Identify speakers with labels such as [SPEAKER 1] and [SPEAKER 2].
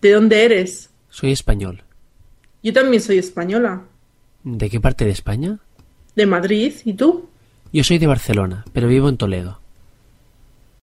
[SPEAKER 1] ¿De dónde eres?
[SPEAKER 2] Soy español.
[SPEAKER 1] Yo también soy española.
[SPEAKER 2] ¿De qué parte de España?
[SPEAKER 1] ¿De Madrid? ¿Y tú?
[SPEAKER 2] Yo soy de Barcelona, pero vivo en Toledo.